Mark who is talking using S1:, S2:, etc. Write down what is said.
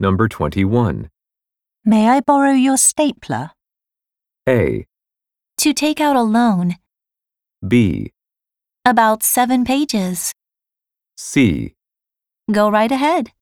S1: Number 21.
S2: May I borrow your stapler?
S1: A,
S2: To take out a loan.
S1: B,
S2: About seven pages.
S1: C.
S2: Go right ahead.